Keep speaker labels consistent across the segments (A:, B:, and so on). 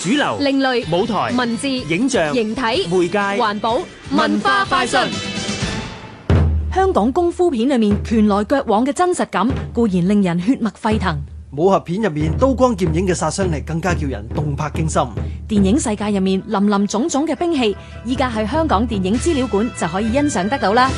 A: 主流、
B: 另類、
A: 舞台、
B: 文字、
A: 影像、
B: 形體、
A: 媒介、
B: 環保、文化快訊。
C: 香港功夫片裏面拳來腳往嘅真實感，固然令人血脈沸騰；
D: 武俠片入面刀光劍影嘅殺傷力更加叫人動魄驚心。
C: 電影世界入面林林種種嘅兵器，依家喺香港電影資料館就可以欣賞得到啦。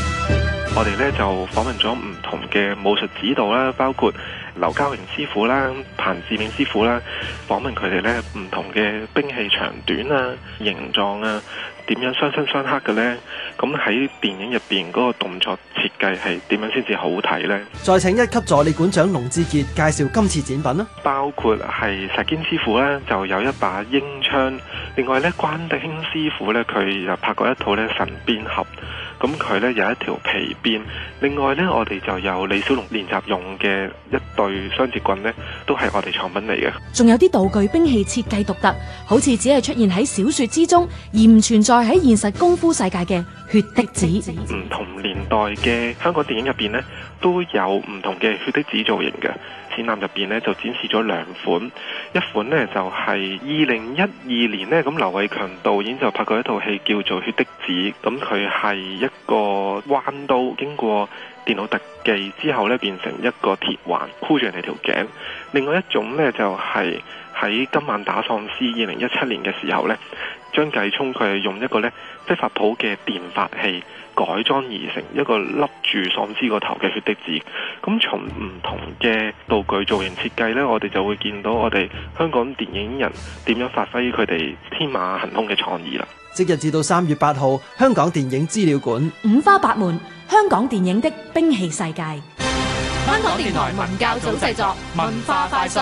E: 我哋咧就訪問咗唔同嘅武術指導啦，包括劉家榮師傅啦、彭志銘師傅啦，訪問佢哋咧唔同嘅兵器長短啊、形狀啊，點樣相生相克嘅咧？咁喺電影入邊嗰個動作設計係點樣先至好睇咧？
D: 再請一級助理館長龍志傑介紹今次展品啦。
E: 包括係石堅師傅咧，就有一把英槍。另外咧，關德興師傅咧，佢就拍過一套咧《神鞭俠》，咁佢咧有一條皮鞭。另外咧，我哋就有李小龍練習用嘅一對雙節棍咧，都係我哋藏品嚟嘅。
C: 仲有啲道具兵器設計獨特，好似只係出現喺小説之中，而唔存在喺現實功夫世界嘅血滴子。
E: 唔嗯同年代嘅香港電影入邊呢，都有唔同嘅血滴子造型嘅。展覽入邊呢，就展示咗兩款，一款呢，就係二零一二年呢，咁劉偉強導演就拍過一套戲叫做《血滴子》，咁佢係一個彎刀經過電腦特技之後呢，變成一個鐵環箍住人哋條頸。另外一種呢，就係、喺今晚打喪屍二零一七年嘅時候呢，張繼聰佢係用一個呢飛髮鋪嘅電髮器改裝而成一個笠住喪屍個頭嘅血滴子。咁從唔同嘅道具造型設計呢，我哋就會見到我哋香港電影人點樣發揮佢哋天馬行空嘅創意啦。
D: 即日至到三月八號，香港電影資料館。
C: 五花八門，香港電影的兵器世界。
B: 香港電台文教組製作，文化快訊。